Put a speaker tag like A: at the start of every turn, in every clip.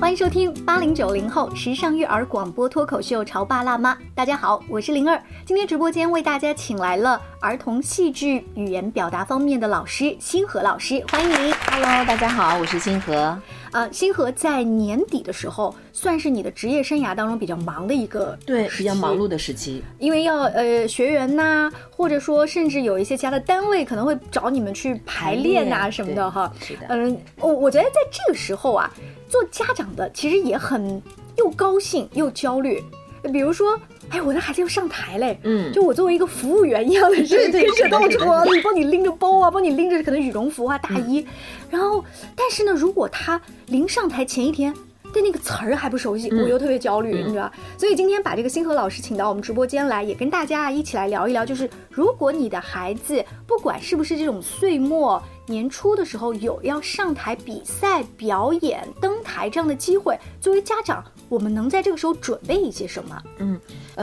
A: 欢迎收听八零九零后时尚育儿广播脱口秀《潮爸辣妈》。大家好，我是灵儿。今天直播间为大家请来了儿童戏剧语言表达方面的老师星河老师，欢迎您。
B: Hello，大家好，我是星河。
A: 呃，星河在年底的时候，算是你的职业生涯当中比较忙的一个
B: 对，
A: 时
B: 比较
A: 期
B: 忙碌的时期，
A: 因为要呃学员呐、或者说甚至有一些其他的单位可能会找你们去排练呐、
B: 排练
A: 什么的哈。
B: 对是的
A: 嗯，我我觉得在这个时候啊，做家长的其实也很又高兴又焦虑。比如说，哎，我的孩子要上台嘞，
B: 嗯
A: 就我作为一个服务员一样的人，
B: 对对
A: 跟着
B: 是的
A: 到
B: 是
A: 处
B: 的
A: 啊，帮你拎着包啊，帮你拎着可能羽绒服啊、大衣。然后，但是呢，如果他临上台前一天。对那个词儿还不熟悉，我又特别焦虑，你知道吧？所以今天把这个星河老师请到我们直播间来，也跟大家一起来聊一聊，就是如果你的孩子不管是不是这种岁末年初的时候有要上台比赛、表演、登台这样的机会，作为家长，我们能在这个时候准备一些什么？
B: 嗯，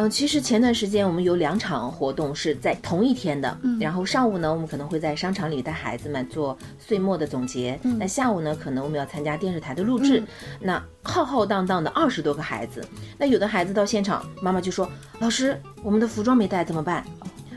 B: 其实前段时间我们有两场活动是在同一天的，然后上午呢，我们可能会在商场里带孩子们做岁末的总结，那下午呢，可能我们要参加电视台的录制，那浩浩荡荡的二十多个孩子，那有的孩子到现场，妈妈就说：“老师，我们的服装没带怎么办？”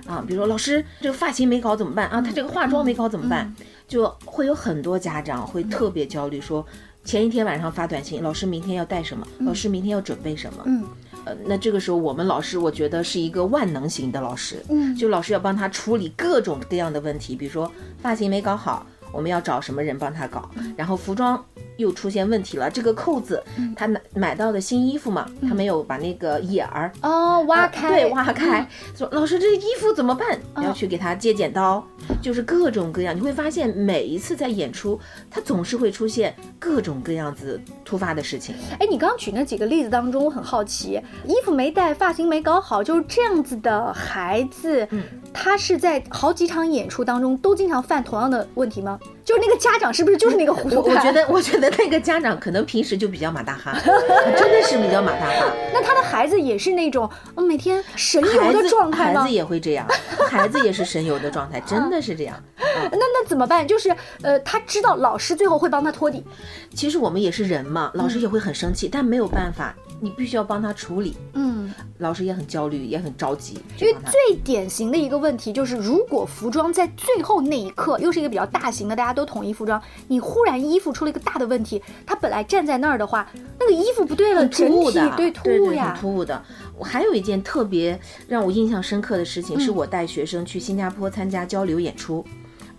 B: 啊，比如说老师这个发型没搞怎么办啊？他这个化妆没搞怎么办？就会有很多家长会特别焦虑，说前一天晚上发短信，老师明天要带什么？老师明天要准备什么？
A: 嗯
B: 呃，那这个时候我们老师，我觉得是一个万能型的老师，
A: 嗯
B: 就老师要帮他处理各种各样的问题，比如说发型没搞好，我们要找什么人帮他搞，
A: 嗯
B: 然后服装又出现问题了，这个扣子他买买到的新衣服嘛，他没有把那个眼儿
A: 哦，嗯挖
B: 啊
A: 开，
B: 对，挖开，说老师这衣服怎么办？
A: 嗯
B: 要去给他借剪刀，就是各种各样。你会发现每一次在演出，他总是会出现各种各样子突发的事情。
A: 哎，你刚举那几个例子当中，我很好奇，衣服没带，发型没搞好，就是这样子的孩子，
B: 嗯
A: 他是在好几场演出当中都经常犯同样的问题吗？就是那个家长是不是就是那个糊涂
B: 我
A: 派？
B: 我觉，得，我觉得那个家长可能平时就比较马大哈，真的是比较马大 哈。
A: 那他的孩子也是那种嗯每天神游
B: 孩
A: 的
B: 子
A: 状态
B: 孩
A: 吗
B: 子？也会这样，孩子也是神游的状态，真的是这样。嗯
A: 那那怎么办？就是呃，他知道老师最后会帮他托底，
B: 其实我们也是人嘛，老师也会很生气，但没有办法，你必须要帮他处理。
A: 嗯，
B: 老师也很焦虑，也很着急，
A: 因为
B: 就帮他
A: 最典型的一个问题就是，如果服装在最后那一刻又是一个比较大型的，大家都统一服装，你忽然衣服出了一个大的问题，他本来站在那儿的话，那个衣服不对了，
B: 很突
A: 整
B: 兀
A: 体
B: 的，啊
A: 对
B: 对
A: 兀
B: 很
A: 呀，
B: 突兀的。我还有一件特别让我印象深刻的事情，
A: 嗯
B: 是我带学生去新加坡参加交流演出。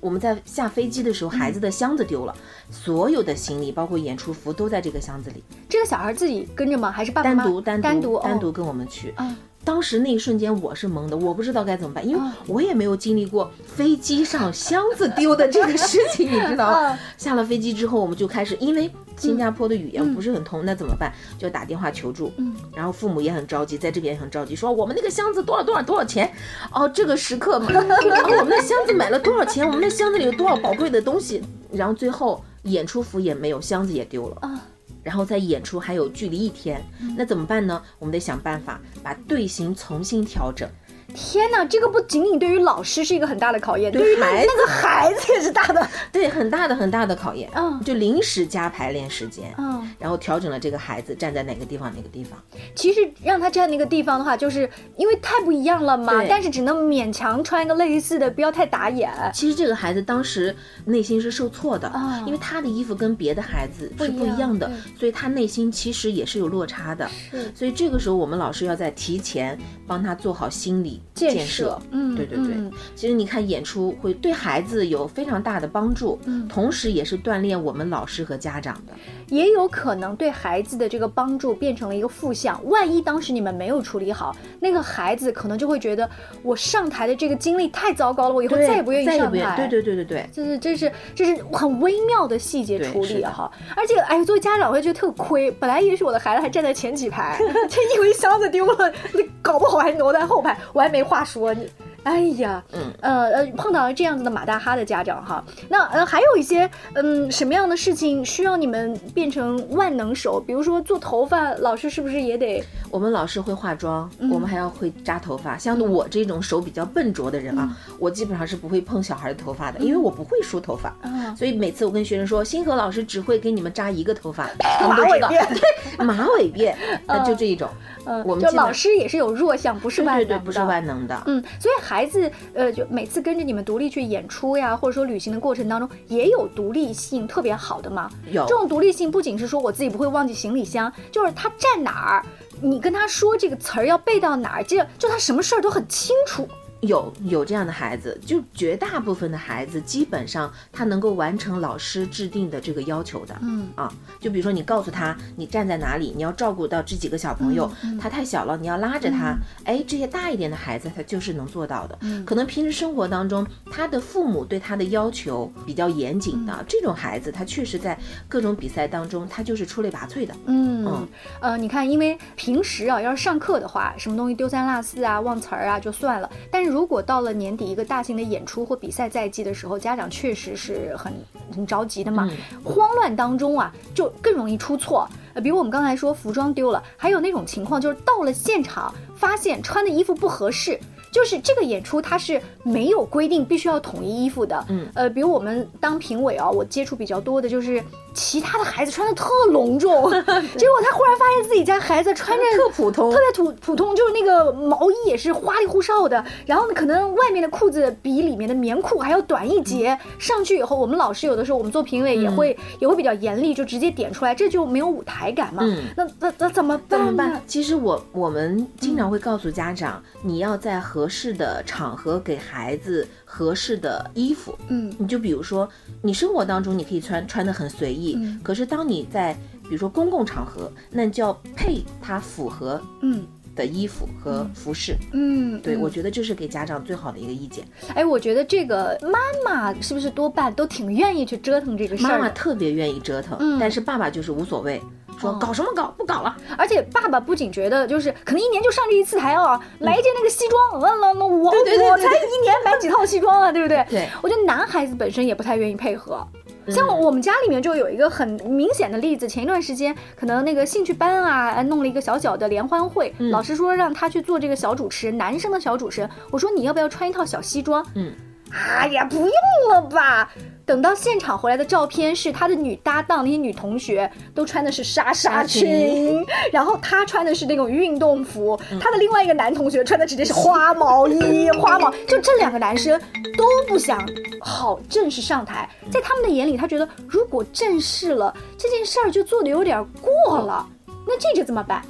B: 我们在下飞机的
A: 嗯
B: 时候，孩子的箱子丢了，所有的行李包括演出服都在这个箱子里，
A: 这个小孩自己跟着吗？还是爸爸
B: 单
A: 妈
B: 独
A: 妈
B: 单独
A: 单独哦
B: 单独跟我们去。
A: 啊？
B: 当时那一瞬间我是懵的，我不知道该怎么办，因为
A: 啊
B: 我也没有经历过飞机上箱子丢的这个事 情，你知道吗
A: 啊？
B: 下了飞机之后，我们就开始，因为新加坡的语言不是很通，那怎么办？就打电话求助。
A: 嗯，
B: 然后父母也很着急，在这边也很着急，说我们那个箱子多少多少多少钱？哦，这个时 刻嘛，哦我们的箱子买了多少钱？我们的箱子里有多少宝贵的东西？然后最后演出服也没有，箱子也丢了。
A: 啊
B: 然后在演出还有距离一天，那怎么办呢？我们得想办法把队形重新调整。
A: 天哪，这个不仅仅对于老师是一个很大的考验，
B: 对
A: 对于那
B: 孩子
A: 那个孩子也是大的。
B: 对，很大的很大的考验，
A: 嗯
B: 就临时加排练时间，
A: 嗯，
B: 然后调整了这个孩子站在哪个地方哪个地方。
A: 其实让他站那个地方的话，就是因为太不一样了嘛，
B: 对
A: 但是只能勉强穿一个类似的，不要太打眼。
B: 其实这个孩子当时内心是受挫的，
A: 哦
B: 因为他的衣服跟别的孩子是
A: 不
B: 不
A: 一样
B: 一样的，
A: 对
B: 所以他内心其实也是有落差的。
A: 是
B: 所以这个时候，我们老师要在提前帮他做好心理
A: 建
B: 建
A: 设嗯
B: 对对对。
A: 嗯
B: 其实你看，演出会对孩子有非常大的帮助，
A: 嗯
B: 同时也是锻炼我们老师和家长的。
A: 也有可能对孩子的这个帮助变成了一个负向。万一当时你们没有处理好，那个孩子可能就会觉得我上台的这个经历太糟糕了，我以后
B: 对
A: 再也不愿意
B: 再也
A: 上
B: 不愿
A: 台。
B: 对。对对对对。
A: 就是这是这是很微妙的细节
B: 对
A: 处
B: 是
A: 理
B: 的
A: 哈，而且哎，作为家长我也觉得特亏。本来也许我的孩子还站在 前几排，这因为箱子丢了，那搞不好还挪在后排，我还没话说你。哎呀，
B: 嗯
A: 呃呃，碰到了这样子的马大哈的家长哈，那呃还有一些嗯什么样的事情需要你们变成万能手？比如说做头发，老师是不是也得
B: 我们老师会化妆，
A: 嗯
B: 我们还要会扎头发。像我这种手比较笨拙的人啊，
A: 嗯
B: 我基本上是不会碰小孩的头发的，因为我不会梳头发。
A: 啊？
B: 所以每次我跟学生说，星河老师只会给你们扎一个头发，他们
A: 马
B: 都
A: 尾
B: 知道
A: 辫，
B: 对，马尾辫，那就这一种，
A: 嗯，
B: 我们
A: 就
B: 基本
A: 老师也是有弱项，不是
B: 对
A: 万
B: 对
A: 能
B: 对，
A: 的，
B: 不是万能的。
A: 嗯，所以孩子，呃，就每次跟着你们独立去演出呀，或者说旅行的过程当中，也有独立性特别好的嘛。
B: 有
A: 这种独立性不仅是说我自己不会忘记行李箱，就是他站哪儿，你跟他说这个词儿要背到哪儿，这就他什么事儿都很清楚。
B: 有有这样的孩子，就绝大部分的孩子，基本上他能够完成老师制定的这个要求的。
A: 嗯
B: 啊，就比如说你告诉他你站在哪里，你要照顾到这几个小朋友，
A: 嗯
B: 他太小了，你要拉着他。哎，这些大一点的孩子，他就是能做到的。
A: 嗯
B: 可能平时生活当中，他的父母对他的要求比较严谨
A: 嗯
B: 的、这种孩子，他确实在各种比赛当中，他就是出类拔萃的。
A: 嗯
B: 嗯，
A: 呃，你看，因为平时啊，要是上课的话，什么东西丢三落四啊、忘词儿啊就算了，但是如果到了年底一个大型的演出或比赛在即的时候，家长确实是很很着急的嘛，慌乱当中啊，就更容易出错。呃，比如我们刚才说服装丢了，还有那种情况就是到了现场发现穿的衣服不合适。就是这个演出，它是没有规定必须要统一衣服的。
B: 嗯
A: 呃，比如我们当评委啊，我接触比较多的就是其他的孩子穿的特隆重， 结果他忽然发现自己家孩子穿着
B: 特普通
A: 特别土普通，就是那个毛衣也是花里胡哨的，然后呢，可能外面的裤子比里面的棉裤还要短一截。
B: 嗯
A: 上去以后，我们老师有的时候我们做评委也会、也会比较严厉，就直接点出来，这就没有舞台感嘛。
B: 嗯
A: 那那那怎么办
B: 怎
A: 呢？
B: 么办？其实我我们经常会告诉家长，
A: 嗯
B: 你要在合适的场合给孩子合适的衣服。
A: 嗯
B: 你就比如说，你生活当中你可以穿穿的很随意，
A: 嗯
B: 可是当你在比如说公共场合，那你就要配它符合
A: 嗯
B: 的衣服和服饰。
A: 嗯，
B: 对，
A: 嗯
B: 我觉得这是给家长最好的一个意见。
A: 哎，我觉得这个妈妈是不是多半都挺愿意去折腾这个事
B: 妈
A: 儿
B: 妈
A: 的？
B: 特别愿意折腾，
A: 嗯
B: 但是爸爸就是无所谓，说
A: 哦
B: 搞什么搞，不搞了。
A: 而且爸爸不仅觉得就是可能一年就上这一次台啊，买一件那个西装，完了、那我
B: 嗯对对对
A: 我才
B: 对对
A: 一年买几套西装啊，对不对？
B: 对，
A: 我觉得男孩子本身也不太愿意配合。像
B: 嗯
A: 我们家里面就有一个很明显的例子，前一段时间可能那个兴趣班啊，呃弄了一个小小的联欢会，
B: 嗯
A: 老师说让他去做这个小主持人，男生的小主持人。我说你要不要穿一套小西装？
B: 嗯，
A: 哎呀，不用了吧。等到现场回来的照片是他的女搭档，那些女同学都穿的是纱纱
B: 纱
A: 裙
B: 裙，嗯
A: 然后他穿的是那种运动服，他的另外一个男同学穿的直接是花毛衣、花毛，就这两个男生都不想好正式上台，在他们的眼里，他觉得如果正式了这件事儿就做的有点过了，
B: 嗯
A: 那这就怎么办？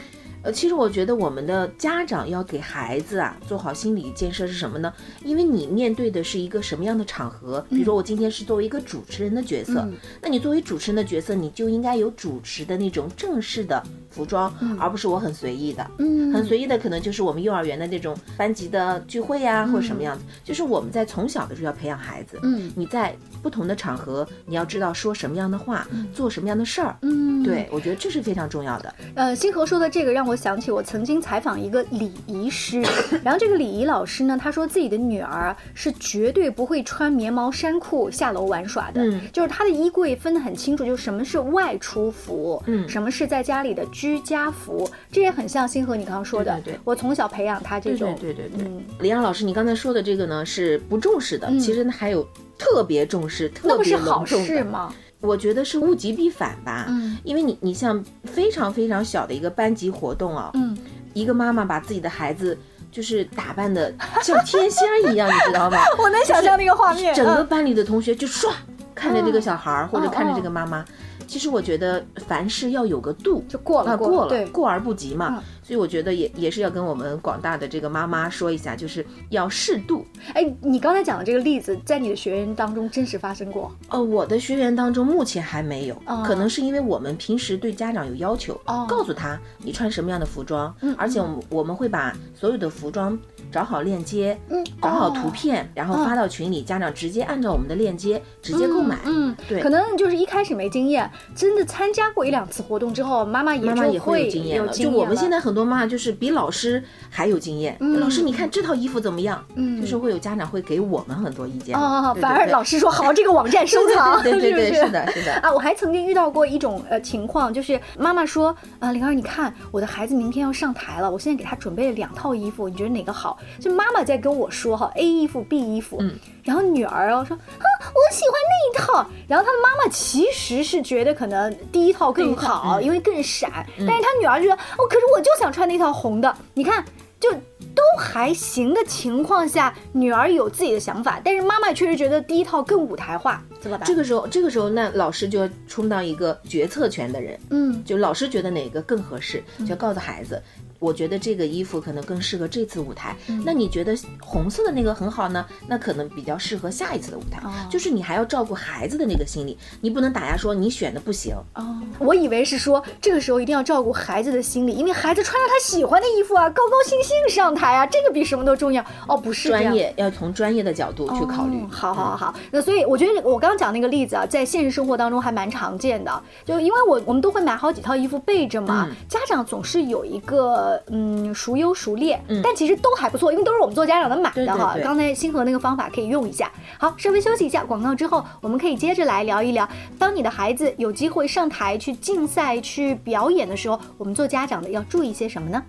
B: 呃，其实我觉得我们的家长要给孩子啊做好心理建设是什么呢？因为你面对的是一个什么样的场合？比如说我今天是作为一个主持人的角色，
A: 嗯
B: 那你作为主持人的角色，你就应该有主持的那种正式的服装，而不是我很随意的。
A: 嗯
B: 很随意的，可能就是我们幼儿园的那种班级的聚会呀、或者什么样子。就是我们在从小的时候要培养孩子，
A: 嗯
B: 你在不同的场合，你要知道说什么样的话，做什么样的事儿。
A: 嗯，
B: 对，我觉得这是非常重要的。
A: 呃，星河说的这个让我想起我曾经采访一个礼仪师，然后这个礼仪老师呢，他说自己的女儿啊是绝对不会穿棉毛衫裤下楼玩耍的，
B: 嗯
A: 就是他的衣柜分得很清楚，就是什么是外出服，
B: 嗯
A: 什么是在家里的居家服，这也很像星河你刚刚说的，
B: 对对对
A: 我从小培养他这种，
B: 对对对对对
A: 嗯，
B: 李阳老师，你刚才说的这个呢是不重视的，其实呢还有特别重视、
A: 那
B: 特
A: 不
B: 别
A: 是
B: 隆
A: 好
B: 重
A: 事
B: 的。
A: 吗？
B: 我觉得是物极必反吧，
A: 嗯
B: 因为你你像非常非常小的一个班级活动啊、
A: 嗯，
B: 一个妈妈把自己的孩子就是打扮的像天仙儿一样，你 知道吗？
A: 我能想象那个画面，
B: 整个
A: 嗯
B: 班里的同学就唰看着这个小孩儿、或者
A: 嗯
B: 看着这个妈妈。其实我觉得凡事要有个度，
A: 就过了
B: 啊，过
A: 对
B: 了，。过而不及嘛。
A: 嗯
B: 所以我觉得也也是要跟我们广大的这个妈妈说一下，就是要适度。
A: 哎，你刚才讲的这个例子，在你的学员当中真实发生过
B: 呃，我的学员当中目前还没有，
A: 哦
B: 可能是因为我们平时对家长有要求，
A: 哦
B: 告诉他你穿什么样的服装，
A: 嗯
B: 而且我们我们会把所有的服装找好链接，
A: 嗯
B: 找好
A: 哦
B: 图片，然后发到群里，家长直接按照我们的链接直接购买。
A: 嗯，嗯
B: 对
A: 可能就是一开始没经验，真的参加过一两次活动之后，妈妈也
B: 妈妈
A: 就
B: 也会
A: 会
B: 有经验了，
A: 经
B: 就我们现
A: 在
B: 在很多妈妈就是比老师还有经验。
A: 嗯
B: 老师，你看这套衣服怎么样？
A: 嗯
B: 就是会有家长会给我们很多意见。
A: 啊，
B: 对
A: 反而老师说好，这个网站收藏，
B: 对对 对，
A: 是不
B: 是。的，是的。
A: 啊，我还曾经遇到过一种呃情况，就是妈妈说，啊，灵儿，你看我的孩子明天要上台了，我现在给他准备了两套衣服，你觉得哪个好？就妈妈在跟我说哈，A 衣服、B 衣服，
B: 嗯
A: 然后女儿哦说，啊，我喜欢那一套，然后她的妈妈其实是觉得可能第一套更好，嗯因为更闪，但是她女儿觉得，哦，可是我就想穿那套红的，你看就。都还行的情况下，女儿有自己的想法，但是妈妈确实觉得第一套更舞台化，怎么办？
B: 这个时候，这个时候，那老师就要充当一个决策权的人，
A: 嗯，
B: 就老师觉得哪个更合适，就要告诉孩子。我觉得这个衣服可能更适合这次舞台，那你觉得红色的那个很好呢？那可能比较适合下一次的舞台。
A: 哦
B: 就是你还要照顾孩子的那个心理，你不能打压说你选的不行。
A: 哦，我以为是说这个时候一定要照顾孩子的心理，因为孩子穿上他喜欢的衣服啊，高高兴兴上台啊，这个比什么都重要。哦，不是这样
B: 专业要从专业的角度去考虑。嗯
A: 哦好好好，那所以我觉得我刚刚讲那个例子啊，在现实生活当中还蛮常见的，就因为我我们都会买好几套衣服备着嘛，
B: 嗯
A: 家长总是有一个嗯孰优孰劣，
B: 嗯
A: 但其实都还不错，因为都是我们做家长的买
B: 对
A: 的
B: 对
A: 哈。
B: 对
A: 刚才星河那个方法可以用一下。好，稍微休息一下广告之后，我们可以接着来聊一聊，当你的孩子有机会上台去竞赛、去表演的时候，我们做家长的要注意些什么呢？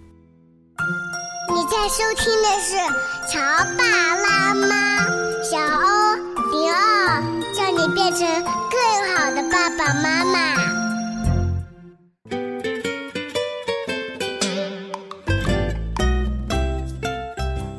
C: 你在收听的是《乔爸拉妈》，小欧零二，叫你变成更好的爸爸妈妈。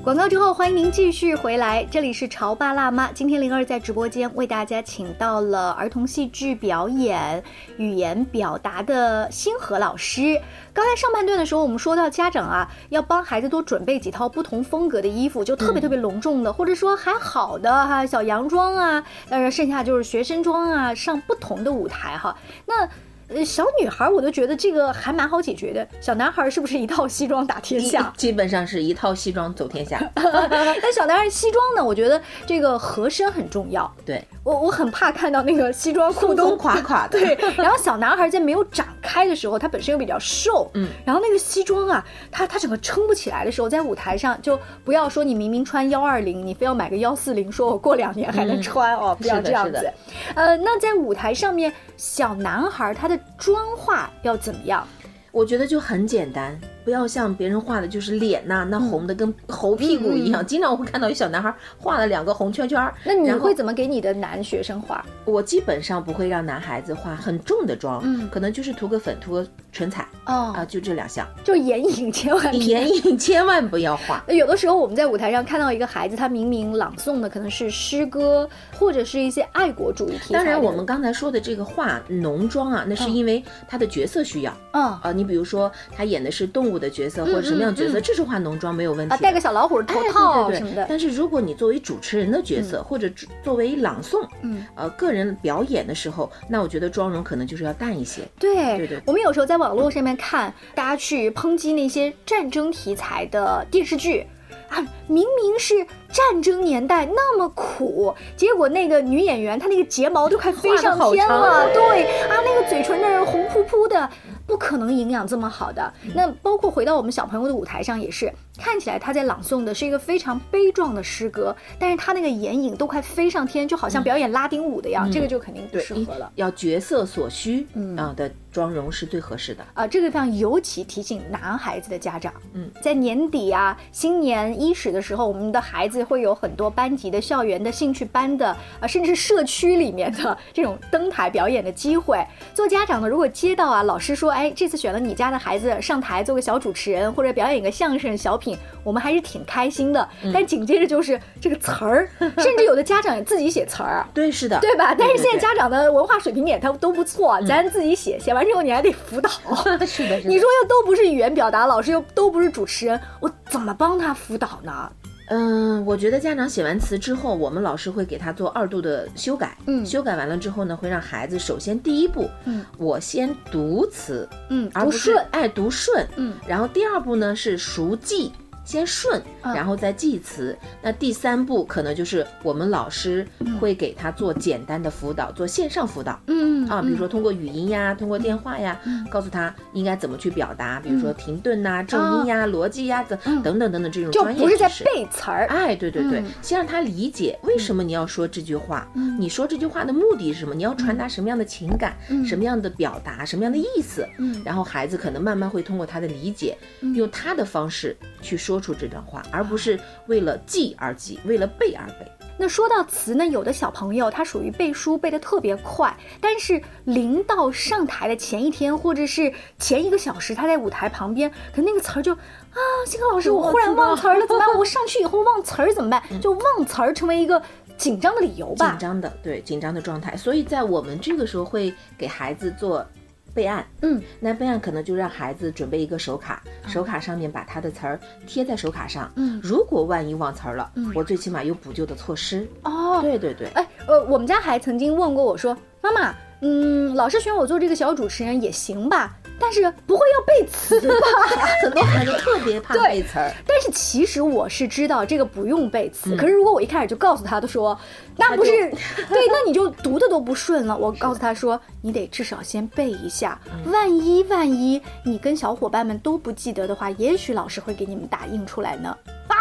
A: 广告之后，欢迎您继续回来，这里是潮爸辣妈。今天灵儿在直播间为大家请到了儿童戏剧表演、语言表达的星河老师。刚才上半段的时候，我们说到家长啊，要帮孩子多准备几套不同风格的衣服，就特别特别隆重的，或者说还好的哈，小洋装啊，呃，剩下就是学生装啊，上不同的舞台哈。那呃，小女孩我都觉得这个还蛮好解决的，小男孩是不是一套西装打天下？
B: 基本上是一套西装走天下。
A: 但小男孩西装呢，我觉得这个合身很重要。
B: 对，
A: 我我很怕看到那个西装裤都
B: 松垮垮的
A: 对，然后小男孩在没有展开的时候，他本身又比较瘦，
B: 嗯，
A: 然后那个西装啊，他他整个撑不起来的时候，在舞台上就不要说你明明穿幺二零，你非要买个幺四零，说我过两年还能穿、哦，不要
B: 嗯是的
A: 这样
B: 是的
A: 子。呃，那在舞台上面，小男孩他的妆化要怎么样？
B: 我觉得就很简单，不要像别人画的，就是脸呐、
A: 嗯
B: 那红的跟猴屁股一样。经常我会看到有小男孩画了两个红圈圈儿。
A: 那你
B: 然后
A: 会怎么给你的男学生化？
B: 我基本上不会让男孩子化很重的妆，
A: 嗯
B: 可能就是涂个粉、涂个唇彩啊、
A: 哦，
B: 就这 两项。
A: 就眼影千万别
B: 眼影千万不要 画。
A: 有的时候我们在舞台上看到一个孩子，他明明朗诵的可能是诗歌，或者是一些爱国主义题材的。
B: 当然，我们刚才说的这个化浓妆啊，那是因为他的角色需要啊、
A: 嗯
B: 你比如说，他演的是动物的角色或者什么样的角色，这是化浓妆没有问
A: 嗯
B: 题
A: 啊
B: 的。
A: 戴个小老虎头
B: 哎
A: 套
B: 对对对
A: 什么的，
B: 但是如果你作为主持人的角色，或者主作为朗诵，
A: 嗯，
B: 呃，个人表演的时候，那我觉得妆容可能就是要淡一些。
A: 对
B: 对对
A: 我们有时候在网络上面看大家去抨击那些战争题材的电视剧。啊，明明是战争年代那么苦，结果那个女演员她那个睫毛都快飞上天
B: 画得好
A: 了，对啊，那个嘴唇那儿红扑扑的，不可能营养这么好的。那包括回到我们小朋友的舞台上也是，看起来她在朗诵的是一个非常悲壮的诗歌，但是她那个眼影都快飞上天，就好像表演拉丁舞的样，
B: 嗯
A: 这个就肯定不适
B: 一
A: 合了。
B: 要角色所需，
A: 嗯
B: 啊、的妆容是最合适的。
A: 啊，这个地方尤其提醒男孩子的家长，
B: 嗯，
A: 在年底啊、新年伊始的时候，我们的孩子会有很多班级的、校园的、兴趣班的啊，甚至社区里面的呃这种登台表演的机会。做家长的，如果接到啊，老师说，哎，这次选了你家的孩子上台做个小主持人，或者表演个相声、小品，我们还是挺开心的。但紧接着就是这个词儿，甚至有的家长也自己写词儿。
B: 对，是的，
A: 对吧？但是现在
B: 对
A: 家长的文化水平也他都不错，咱自己写，写完之后你还得辅导。
B: 是的，是
A: 你
B: 的。
A: 说又都不是语言表达老师，又都不是主持人，我怎么帮他辅导呢？
B: 嗯、我觉得家长写完词之后，我们老师会给他做二度的修改。
A: 嗯
B: 修改完了之后呢，会让孩子首先第一步，
A: 嗯，
B: 我先读词，
A: 嗯，
B: 而
A: 不
B: 不是
A: 顺，
B: 爱读顺，
A: 嗯，
B: 然后第二步呢是熟记。先顺，
A: 嗯
B: 然后再记词。那第三步可能就是我们老师会给他做简单的辅导，做线上辅导。
A: 嗯
B: 啊，比如说通过语音呀，通过电话呀，告诉他应该怎么去表达，比如说停顿呐、重音呀、逻辑呀，等
A: 哦嗯
B: 等等等的这种
A: 就
B: 专业
A: 不是在
B: 知识
A: 背词儿，
B: 哎，对对对，
A: 嗯
B: 先让他理解为什么你要说这句话，
A: 嗯
B: 你说这句话的目的是什么？你要传达什么样的情感，
A: 嗯
B: 什么样的表达，什么样的意思？
A: 嗯
B: 然后孩子可能慢慢会通过他的理解，
A: 嗯
B: 用他的方式去说出这段话，而不是为了记而记，为了背而背。
A: 那说到词呢，有的小朋友他属于背书背得特别快，但是临到上台的前一天或者是前一个小时，他在舞台旁边，可那个词儿就啊，星河老师，我忽然忘词儿了，怎 么办？我上去以后忘词儿怎么办？
B: 嗯
A: 就忘词儿成为一个紧张的理由吧
B: 紧。张的，对紧张的状态。所以在我们这个时候会给孩子做备案，
A: 嗯，
B: 那备案可能就让孩子准备一个手卡，手卡上面把他的词儿贴在手卡上，
A: 嗯
B: 如果万一忘词儿了，
A: 嗯
B: 我最起码有补救的措施。
A: 哦，
B: 对对对，
A: 哎，呃，我们家还曾经问过我说，妈妈，嗯，老师选我做这个小主持人也行吧，但是不会要背词 吧？
B: 很多孩子特别怕
A: 对
B: 背词儿，
A: 但是其实我是知道这个不用背词，
B: 嗯
A: 可是如果我一开始就告诉他的说，那
B: 就
A: 不是对，那你就读的都不顺了。我告诉他说，你得至少先背一下，
B: 嗯
A: 万一万一你跟小伙伴们都不记得的话，也许老师会给你们打印出来呢。啊，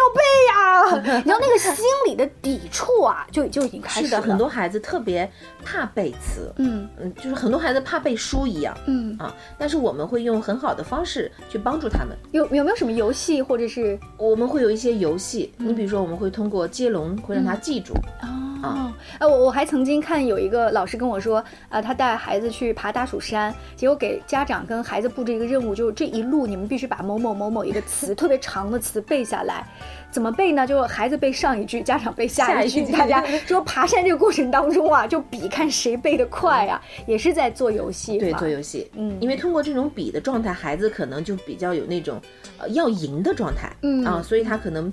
A: 要 背呀、你知道那个心里的抵触啊，就就已经开
B: 是
A: 始
B: 的，
A: 了。
B: 很多孩子特别怕背词，
A: 嗯
B: 嗯，就是很多孩子怕背书一样。
A: 嗯，
B: 啊，但是我们会用很好的方式去帮助他们。
A: 有有没有什么游戏或者是
B: 我们会有一些游戏，你比如说，我们会通过接龙，会
A: 嗯
B: 让他记住。
A: 哦，呃，我我还曾经看有一个老师跟我说，呃，他带孩子去爬大蜀山，结果给家长跟孩子布置一个任务，就是这一路你们必须把某某某某一个词特别长的词背下来。怎么背呢？就孩子背上一句，家长背 下一句。
B: 下一句
A: 大家说爬山这个过程当中啊，就比看谁背得快啊，也是在做游戏嘛。
B: 对，做游戏，
A: 嗯
B: 因为通过这种比的状态，孩子可能就比较有那种，呃，要赢的状态，
A: 嗯
B: 啊，所以他可能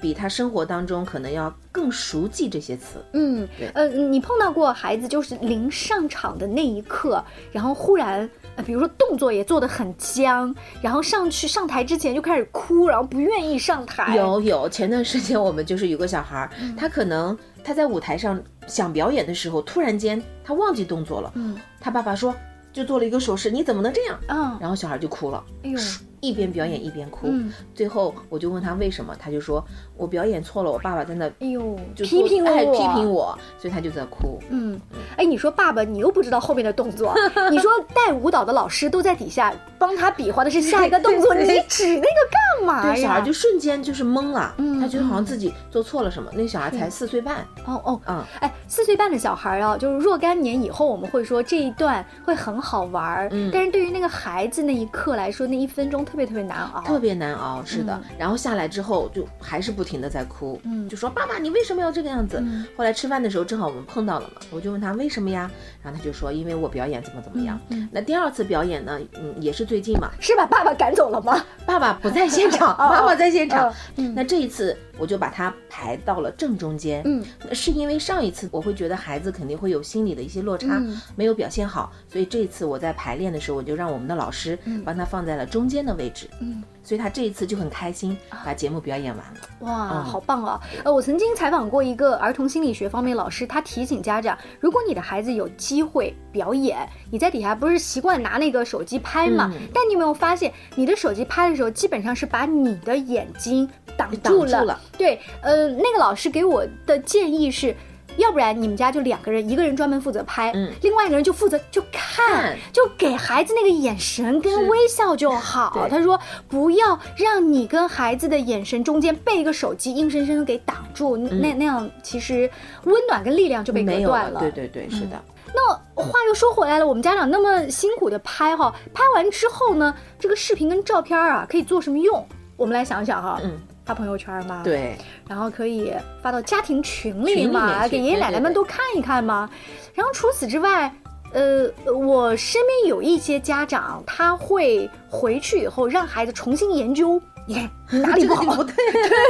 B: 比他生活当中可能要更熟记这些词。
A: 嗯
B: 对，
A: 呃，你碰到过孩子就是临上场的那一刻，然后忽然，呃，比如说动作也做得很僵，然后上去上台之前就开始哭，然后不愿意上台。
B: 有有，前段时间我们就是有个小孩儿，
A: 嗯
B: 他可能他在舞台上想表演的时候，突然间他忘记动作了，
A: 嗯
B: 他爸爸说就做了一个手势，你怎么能这样？
A: 啊，
B: 然后小孩就哭了，
A: 哎呦，
B: 一边表演一边哭。
A: 嗯
B: 最后我就问他为什么，他就说我表演错了，我爸爸在那
A: 哎呦，
B: 就
A: 批
B: 说
A: 评我，
B: 哎批评。我，所以他就在哭。
A: 嗯，哎，你说爸爸，你又不知道后面的动作， 你说带舞蹈的老师都在底下帮他比划的是下一个动作，你指那个干哎嘛呀？
B: 对，小孩就瞬间就是懵了，
A: 嗯
B: 他觉得好像自己做错了什么。那小孩才四岁半，
A: 哦哦，
B: 嗯，
A: 哎，四岁半的小孩儿啊，就是若干年以后，我们会说这一段会很好玩儿，
B: 嗯
A: 但是对于那个孩子那一刻来说，那一分钟特别特别难熬。
B: 特别难熬，是的。然后下来之后就还是不停的在哭，
A: 嗯
B: 就说爸爸你为什么要这个样子？
A: 嗯
B: 后来吃饭的时候正好我们碰到了嘛，我就问他为什么呀？然后他就说因为我表演怎么怎么样。
A: 嗯嗯
B: 那第二次表演呢，嗯，也是最近嘛，
A: 是把爸爸赶走了吗？
B: 爸爸不在 现场，妈妈在现场
A: 哦。嗯
B: 那这一次我就把他排到了正中间。
A: 嗯，
B: 是因为上一次我会觉得孩子肯定会有心理的一些落差，
A: 嗯
B: 没有表现好，所以这一次我在排练的时候，我就让我们的老师帮他放在了中间的位置。
A: 嗯，
B: 所以他这一次就很开心，把节目表演完了。
A: 哇，
B: 嗯
A: 好棒啊！呃，我曾经采访过一个儿童心理学方面老师，他提醒家长，如果你的孩子有机会表演，你在底下不是习惯拿那个手机拍嘛？
B: 嗯
A: 但你有没有发现，你的手机拍的时候，基本上是把你的眼睛挡
B: 挡
A: 住
B: 住
A: 了。
B: 了
A: 对，呃，那个老师给我的建议是。要不然你们家就两个人，一个人专门负责拍，
B: 嗯
A: 另外一个人就负责就看，
B: 看
A: 就给孩子那个眼神跟
B: 是
A: 微笑就好。
B: 对
A: 他说不要让你跟孩子的眼神中间被一个手机硬生生地给挡住，那那样其实温暖跟力量就被
B: 嗯没
A: 隔
B: 有
A: 断
B: 了，对对对，是的。
A: 那话又说回来了，我们家长那么辛苦的拍哈，拍完之后呢，这个视频跟照片啊可以做什么用？我们来想想哈，
B: 嗯，
A: 发朋友圈吗？，
B: 对，
A: 然后可以发到家庭群里
B: 群里
A: 嘛，
B: 面去
A: 给爷爷
B: 对
A: 奶奶
B: 对
A: 们
B: 对
A: 都看一看嘛。然后除此之外，呃，我身边有一些家长他会回去以后让孩子重新研究你 看
B: 啊
A: 哪里不好？
B: 不对。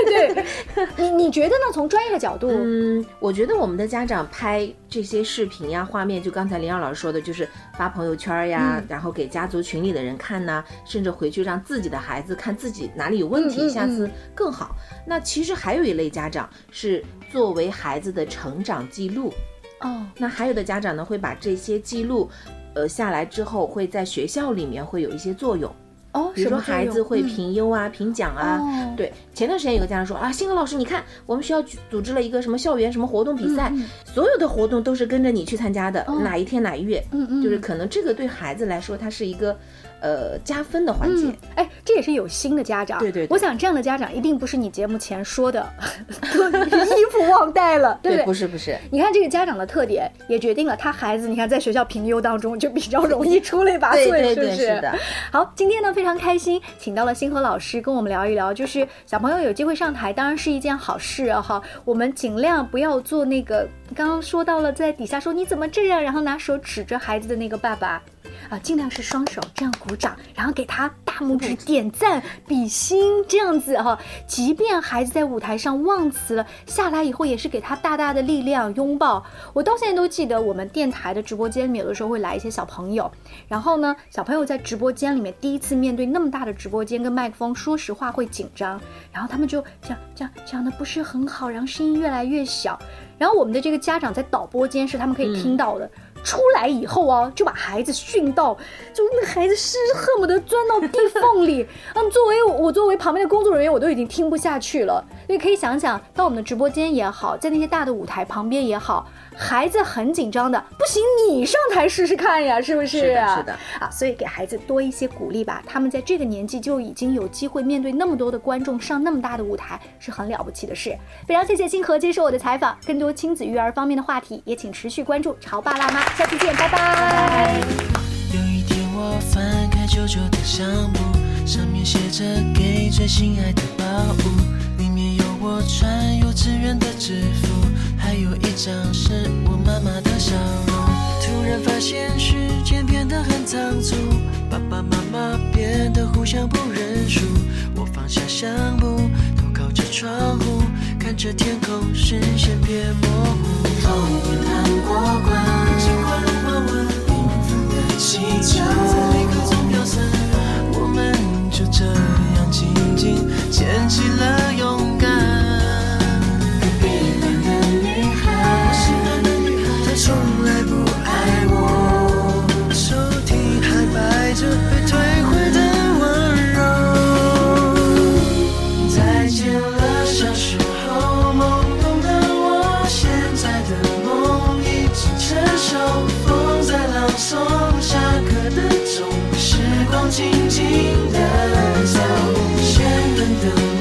A: 对对，你你觉得呢？从专业的角度，
B: 嗯，我觉得我们的家长拍这些视频呀、画面，就刚才林瑶老师说的，就是发朋友圈呀，
A: 嗯
B: 然后给家族群里的人看呐、甚至回去让自己的孩子看自己哪里有问题，
A: 嗯嗯
B: 下次更好。那其实还有一类家长是作为孩子的成长记录，
A: 哦，
B: 那还有的家长呢，会把这些记录，呃，下来之后会在学校里面会有一些作用，
A: 哦，
B: 比如说
A: 什么作
B: 孩子
A: 用
B: 会
A: 嗯
B: 评优啊、评奖啊。
A: 哦
B: 对，前段时间有个家长说啊，星河老师，你看我们学校举组织了一个什么校园什么活动比赛，
A: 嗯嗯
B: 所有的活动都是跟着你去参加的，
A: 哦
B: 哪一天哪一月，
A: 嗯嗯，
B: 就是可能这个对孩子来说，它是一个，呃，加分的环节。
A: 嗯，哎，这也是有心的家长。
B: 对对对
A: 我想这样的家长一定不是你节目前说的 衣服忘带了，对
B: 不
A: 对？
B: 是不是，
A: 你看这个家长的特点，也决定了他孩子，你看在学校评优当中就比较容易出类拔
B: 对
A: 萃，
B: 对对，
A: 是不
B: 是的，
A: 好，今天呢非常开心，请到了星河老师跟我们聊一聊，就是小朋友有机会上台，当然是一件好事啊哈。我们尽量不要做那个刚刚说到了，在底下说你怎么这样，然后拿手指着孩子的那个爸爸。啊，尽量是双手这样鼓掌，然后给他大拇指点赞、比心这样子哈、即便孩子在舞台上忘词了，下来以后也是给他大大的力量拥抱。我到现在都记得，我们电台的直播间里面有的时候会来一些小朋友，然后呢，小朋友在直播间里面第一次面对那么大的直播间跟麦克风，说实话会紧张，然后他们就这样这样这样的不是很好，然后声音越来越小，然后我们的这个家长在导播间是他们可以
B: 嗯
A: 听到的。出来以后啊，就把孩子训到，就那个孩子是恨不得钻到地缝里。 嗯，作为我作为旁边的工作人员，我都已经听不下去了。所以可以想想，到我们的直播间也好，在那些大的舞台旁边也好，孩子很紧张的，不行，你上台试试看呀，是不是？
B: 是的，是的。
A: 啊，所以给孩子多一些鼓励吧。他们在这个年纪就已经有机会面对那么多的观众，上那么大的舞台，是很了不起的事。非常谢谢星河接受我的采访，更多亲子育儿方面的话题，也请持续关注《潮爸辣妈》，下期见，拜拜
D: 有一天我翻开舅舅的相簿，上面写着给最心爱的宝物，里面有我穿幼稚园的制服，还有一张是我妈妈的笑容。突然发现时间变得很仓促，爸爸妈妈变得互相不认输。我放下相簿，头靠着窗户，看着天空，视线变模糊。同一趟过关，尽管人忘我，你们分得起家，在领口中飘散，我们就这样紧紧牵起了勇敢。隔壁班的女孩，我喜欢的女孩，她从来不爱我，抽屉还摆着被退回的温柔。再见了，小时候懵懂的我，现在的梦已经成熟。风在朗诵下课的钟，时光静静的走，先等等